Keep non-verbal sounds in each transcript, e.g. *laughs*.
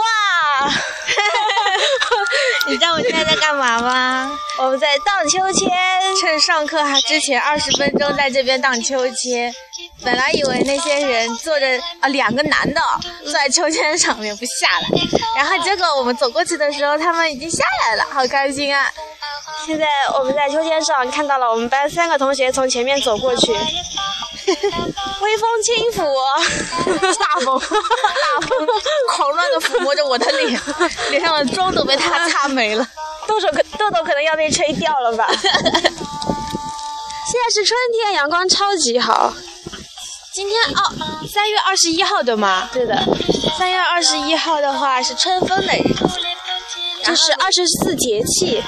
哇！ *laughs* 你知道我现在在干嘛吗？我们在荡秋千，趁上课还之前二十分钟在这边荡秋千。本来以为那些人坐着啊，两个男的坐在秋千上面不下来，然后结果我们走过去的时候，他们已经下来了，好开心啊！现在我们在秋千上看到了我们班三个同学从前面走过去，微风轻抚我，嗯大 *laughs* 风，大风狂乱的抚摸着我的 *laughs* 脸，脸上的妆都被他擦没了。豆豆可豆豆可能要被吹掉了吧？现在是春天，阳光超级好。今天哦，三月二十一号对吗？对的，三月二十一号的话是春分的日子，这是二十四节气，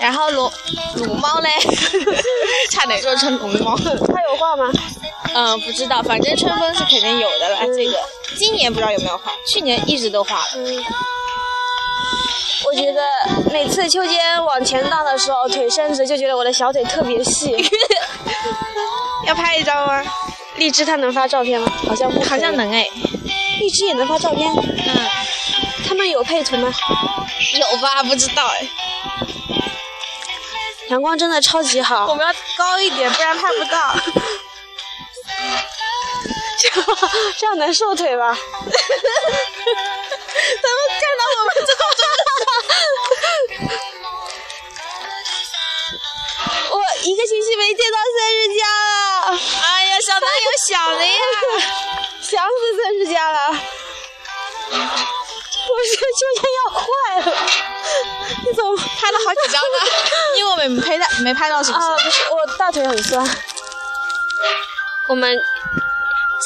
然后龙龙 *laughs* 猫嘞，差点说成龙猫。它有画吗？嗯，不知道，反正春分是肯定有的了。这个今年不知道有没有画，去年一直都画了。嗯，我觉得每次秋千往前荡的时候，腿伸直就觉得我的小腿特别细。 *laughs* 要拍一张吗？荔枝它能发照片吗？好像不可以好像，能哎，荔枝也能发照片。嗯，他们有配图吗？有吧？不知道哎，阳光真的超级好，们要高一点，不然拍不到。 *laughs* 这样能瘦腿吧？ *laughs* 他们看到我们这么 *laughs* 我一个星期没见到三十加了，壮，哎呀，小男友想的呀， *laughs* 想死三十加了。我这个秋千要坏了，你怎么？拍了好几张啊哦吧， *laughs* 因为我们没拍到，没拍到是不是？啊，不是，我大腿很酸。我们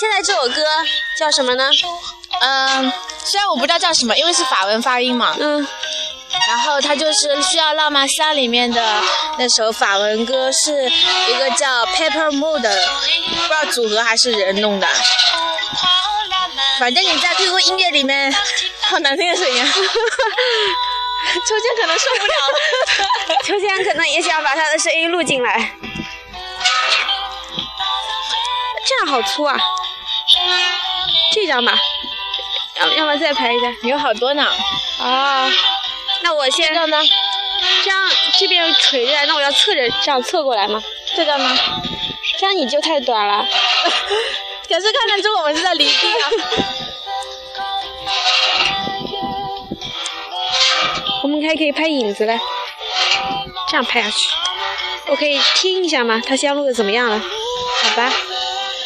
现在这首歌叫什么呢？嗯，虽然我不知道叫什么，因为是法文发音嘛，嗯，然后它就是《需要浪漫三》里面的那首法文歌，是一个叫 Paper Moon 的，不知道组合还是人弄的，反正你在 QQ 音乐里面，好难听的声音啊，秋千可能受不了了。 *laughs* 秋千可能也想把他的声音录进来。这样好粗啊！这张吧，要要不然再排一张有好多呢，啊？那我先这个呢？这样这边垂着，那我要侧着这样侧过来吗？这个呢？这样你就太短了。 *laughs* 可是看得出我们是在离地啊。 *laughs* 我们还可以拍影子嘞，这样拍下去。我可以听一下吗？他现在录的怎么样了？好吧。